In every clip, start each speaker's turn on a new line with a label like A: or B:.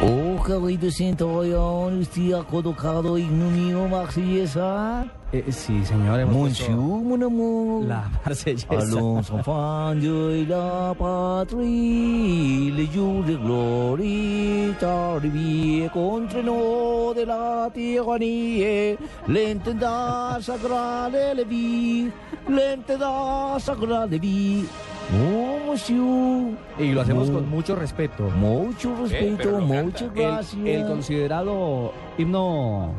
A: Oh, cabrito centurión, usted ha colocado ignominio marsellesa.
B: Eh, sí, señor. hemos
A: Monsieur,
B: puesto
A: mon amour.
B: La marsellesa.
A: Allons enfants de la patrie, les jours de gloria tardivie contre nous de la eh, tyrannie, l'intendant sacral de la vie, l'intendant sacral de la vie. Oh, monsieur,
B: Y lo hacemos
A: Muy-
B: con mucho respeto.
A: eh, mucho respeto, muchas gracias.
B: El, el considerado himno.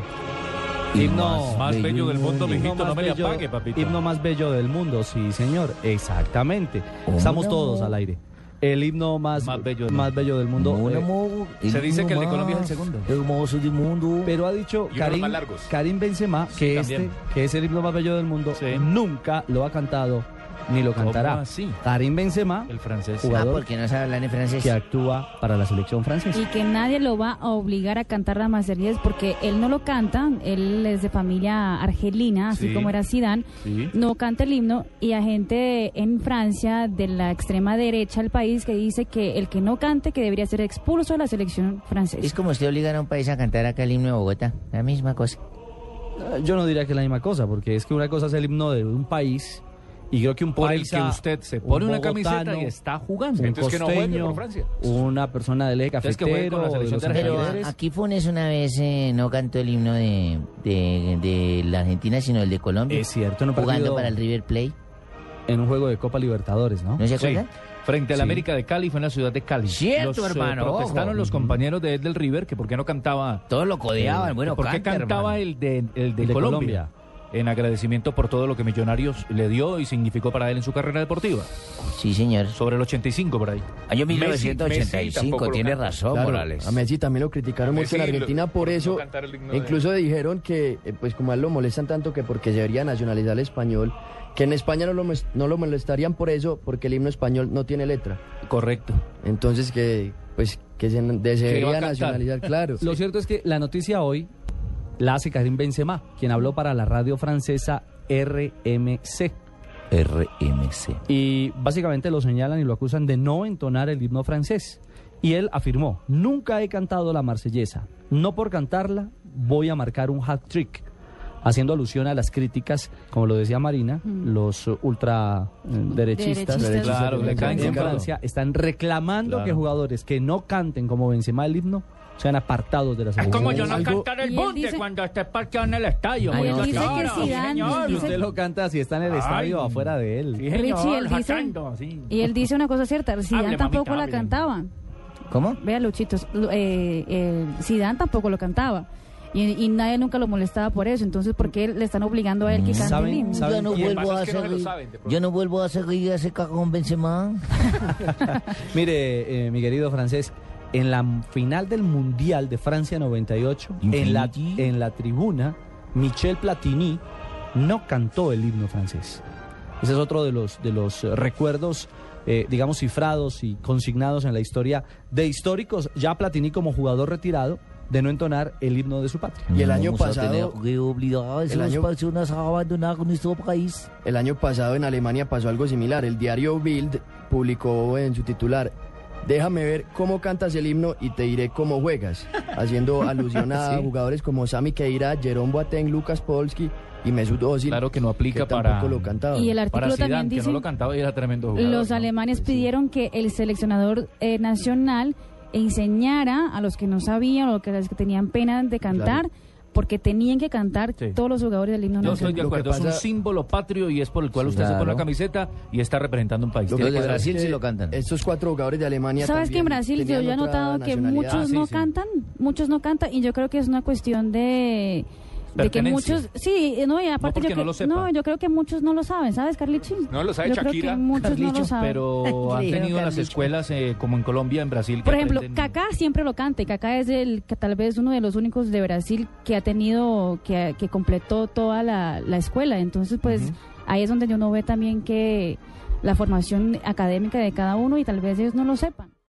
B: Himno
C: Más bello del mundo, mijito, no me le
B: bello-
C: apague, papito.
B: Himno más bello del mundo, sí, señor. Exactamente. Estamos
A: Hola,
B: todos
A: amor.
B: al aire. El himno más,
C: Más bello del
B: más bello del mundo.
A: Un
B: eh,
A: amor,
C: se dice
A: himno
C: que el de Colombia es el
A: más
C: segundo.
A: Hermoso del mundo.
B: Pero ha dicho
C: Y uno de los
B: Karim,
C: más largos.
B: Karim Benzema que este,
C: también.
B: que es el himno más bello del mundo,
C: Sí.
B: nunca lo ha cantado ni lo
C: ¿Cómo
B: cantará.
C: así?
B: Karim Benzema,
C: El francés.
A: ah,
B: jugador
A: porque no sabe hablar en francés.
B: que actúa para la selección francesa.
D: Y que nadie lo va a obligar a cantar la Marsellés porque él no lo canta, él es de familia argelina, así
C: Sí.
D: como era Zidane,
C: Sí.
D: no canta el himno y hay gente en Francia de la extrema derecha del país que dice que el que no cante que debería ser expulso de la selección
E: Es
D: francesa.
E: como usted obligar a un país a cantar acá el himno de Bogotá, la misma cosa.
B: Eh, Yo no diría que es la misma cosa, porque es que una cosa es el himno de un país y creo que un
C: Por el
B: país
C: que usted se pone una camiseta y está jugando.
B: un
C: Entonces, que no juegue
B: costeño,
C: por Francia.
B: una persona del eje
C: Entonces, que juegue
B: cafetero,
C: con la
B: de
C: selección
B: los
C: de Argentina.
E: Pero a-
B: alrededores.
E: aquí Funes una vez eh, no cantó el himno de, de- de la Argentina, sino el de Colombia,
B: Es cierto, en Eh, un
E: jugando
B: partido-
E: para el River Play.
B: en un juego de Copa Libertadores, ¿no?
E: ¿No se
C: Sí.
E: acuerdan?
C: Frente a la
B: Sí.
C: América de Cali, fue en la ciudad de Cali.
E: Cierto,
C: Los, eh,
E: hermano,
C: Protestaron
E: ojo.
C: los compañeros de Ed del River que por qué no cantaba. eh,
E: Todos lo codeaban, bueno,
C: ¿Por qué
E: canta,
C: cantaba
E: hermano.
C: el de, el de
B: El de
C: Colombia?
B: Colombia.
C: En agradecimiento por todo lo que Millonarios le dio y significó para él en su carrera deportiva.
E: Sí, señor.
C: Sobre el 85 por ahí.
E: Año
F: Messi- 1985, Messi tampoco tiene lo canta.
E: razón,
G: Claro, A Messi también lo criticaron mucho
F: Messi
G: en
F: lo-
G: Argentina por
F: no
G: eso.
F: cantar el himno de-
G: incluso dijeron que, eh, pues como a él lo molestan tanto que porque se debería nacionalizar el español, que en España no lo, mos- no lo molestarían por eso, porque el himno español no tiene letra.
C: Correcto.
G: Entonces que, pues, que se de- se
C: Que iba a
G: debería
C: cantar.
G: nacionalizar, claro.
B: Lo cierto es que la noticia hoy la hace Karim Benzema, quien habló para la radio francesa RMC.
E: RMC.
B: Y básicamente lo señalan y lo acusan de no entonar el himno francés. Y él afirmó, nunca he cantado la marsellesa. No por cantarla voy a marcar un hat trick. Haciendo alusión a las críticas, como lo decía Marina,
D: Mm.
B: los eh, ultraderechistas
D: Derechistas.
C: Claro, le caen
B: en
C: siempre.
B: Francia están reclamando
C: Claro.
B: que jugadores que no canten como Benzema el himno sean apartados de la selección.
C: cantar
D: el Y él bunde dice-
C: cuando esté parqueado en el estadio.
D: Y él dice que Zidane,
B: Y
D: dice-
B: usted lo canta si está en el
C: Ay.
B: estadio o afuera de él.
D: Richie, él dice- y él dice una cosa cierta, Zidane
C: Hable,
D: tampoco
C: mamita,
D: la
C: hable.
D: cantaba.
E: ¿Cómo?
D: Vea, Luchitos, lo- eh, eh, Zidane tampoco lo cantaba. Y, y nadie nunca lo molestaba por eso. Entonces, ¿por qué le están obligando a él
A: Mm.
D: que cante el
B: ¿Saben-
D: himno?
B: saben
E: Yo no
B: quién-
E: vuelvo
C: pasa
E: a
C: es que no se lo
E: seguir.
C: saben, de pronto.
E: Yo no vuelvo a seguir ese cagón Benzema.
B: Mire, eh, mi querido francés, en la m- final del Mundial de Francia 98, en la,
E: Infinity.
B: en la tribuna, Michel Platini no cantó el himno francés. Ese es otro de los, de los eh, recuerdos, eh, digamos, cifrados y consignados en la historia de históricos, ya Platini como jugador retirado, de no entonar el himno de su patria.
G: Y el año
E: Vamos a
G: pasado-
E: tener que obligar a esas
G: año-
E: personas a abandonar nuestro país.
G: El año pasado en Alemania pasó algo similar. El diario Bild publicó en su titular, déjame ver cómo cantas el himno y te diré cómo juegas, haciendo alusión a jugadores como Sami Keira, Jerome Boateng, Lucas Polski y Mesut Özil.
C: Claro que no aplica
G: tampoco
C: para-
G: lo cantaban.
D: Y el
C: Para
D: artículo
C: Zidane,
D: también
C: que
D: dice...
C: no lo cantaba y era tremendo jugador.
D: Los
C: ¿no?
D: alemanes pidieron que el seleccionador eh, nacional enseñara a los que no sabían o que- a los que tenían pena de cantar. porque tenían que cantar
C: Sí.
D: todos los jugadores del himno
C: Yo
D: nacional.
C: estoy de
G: Lo que
C: acuerdo, es un
G: pasa-
C: símbolo patrio y es por el cual
E: Sí,
C: usted se pone la
E: claro.
C: camiseta y está representando un país.
G: Lo que
C: Tiene
E: Los de
G: pasa es
E: Brasil
G: que
E: sí lo cantan.
G: Estos cuatro jugadores de Alemania.
D: Sabes que en
G: también
D: Brasil yo
G: tenían
D: ya he
G: otra
D: notado que
G: nacionalidad.
D: muchos
C: sí,
D: no
C: sí.
D: cantan, muchos no cantan y yo creo que es una cuestión de de que
C: Pertenencia.
D: muchos sí no y aparte
C: porque
D: yo
C: no
D: cre-
C: lo sepa.
D: no, yo creo que muchos no lo saben sabes Carlichi
H: No lo sabe
D: yo creo
H: Shakira.
D: que muchos no lo
E: Carlicho,
D: saben
C: Pero han
E: dijeron
C: tenido en las
E: Carlicho.
C: escuelas, eh, como en Colombia, en Brasil. que
D: por ejemplo
C: aprenden-
D: Kaká siempre lo canta y Kaká es el que tal vez uno de los únicos de Brasil que ha tenido que, que completó toda la, la escuela entonces pues ahí es donde uno ve también que la formación académica de cada uno y tal vez ellos no lo sepan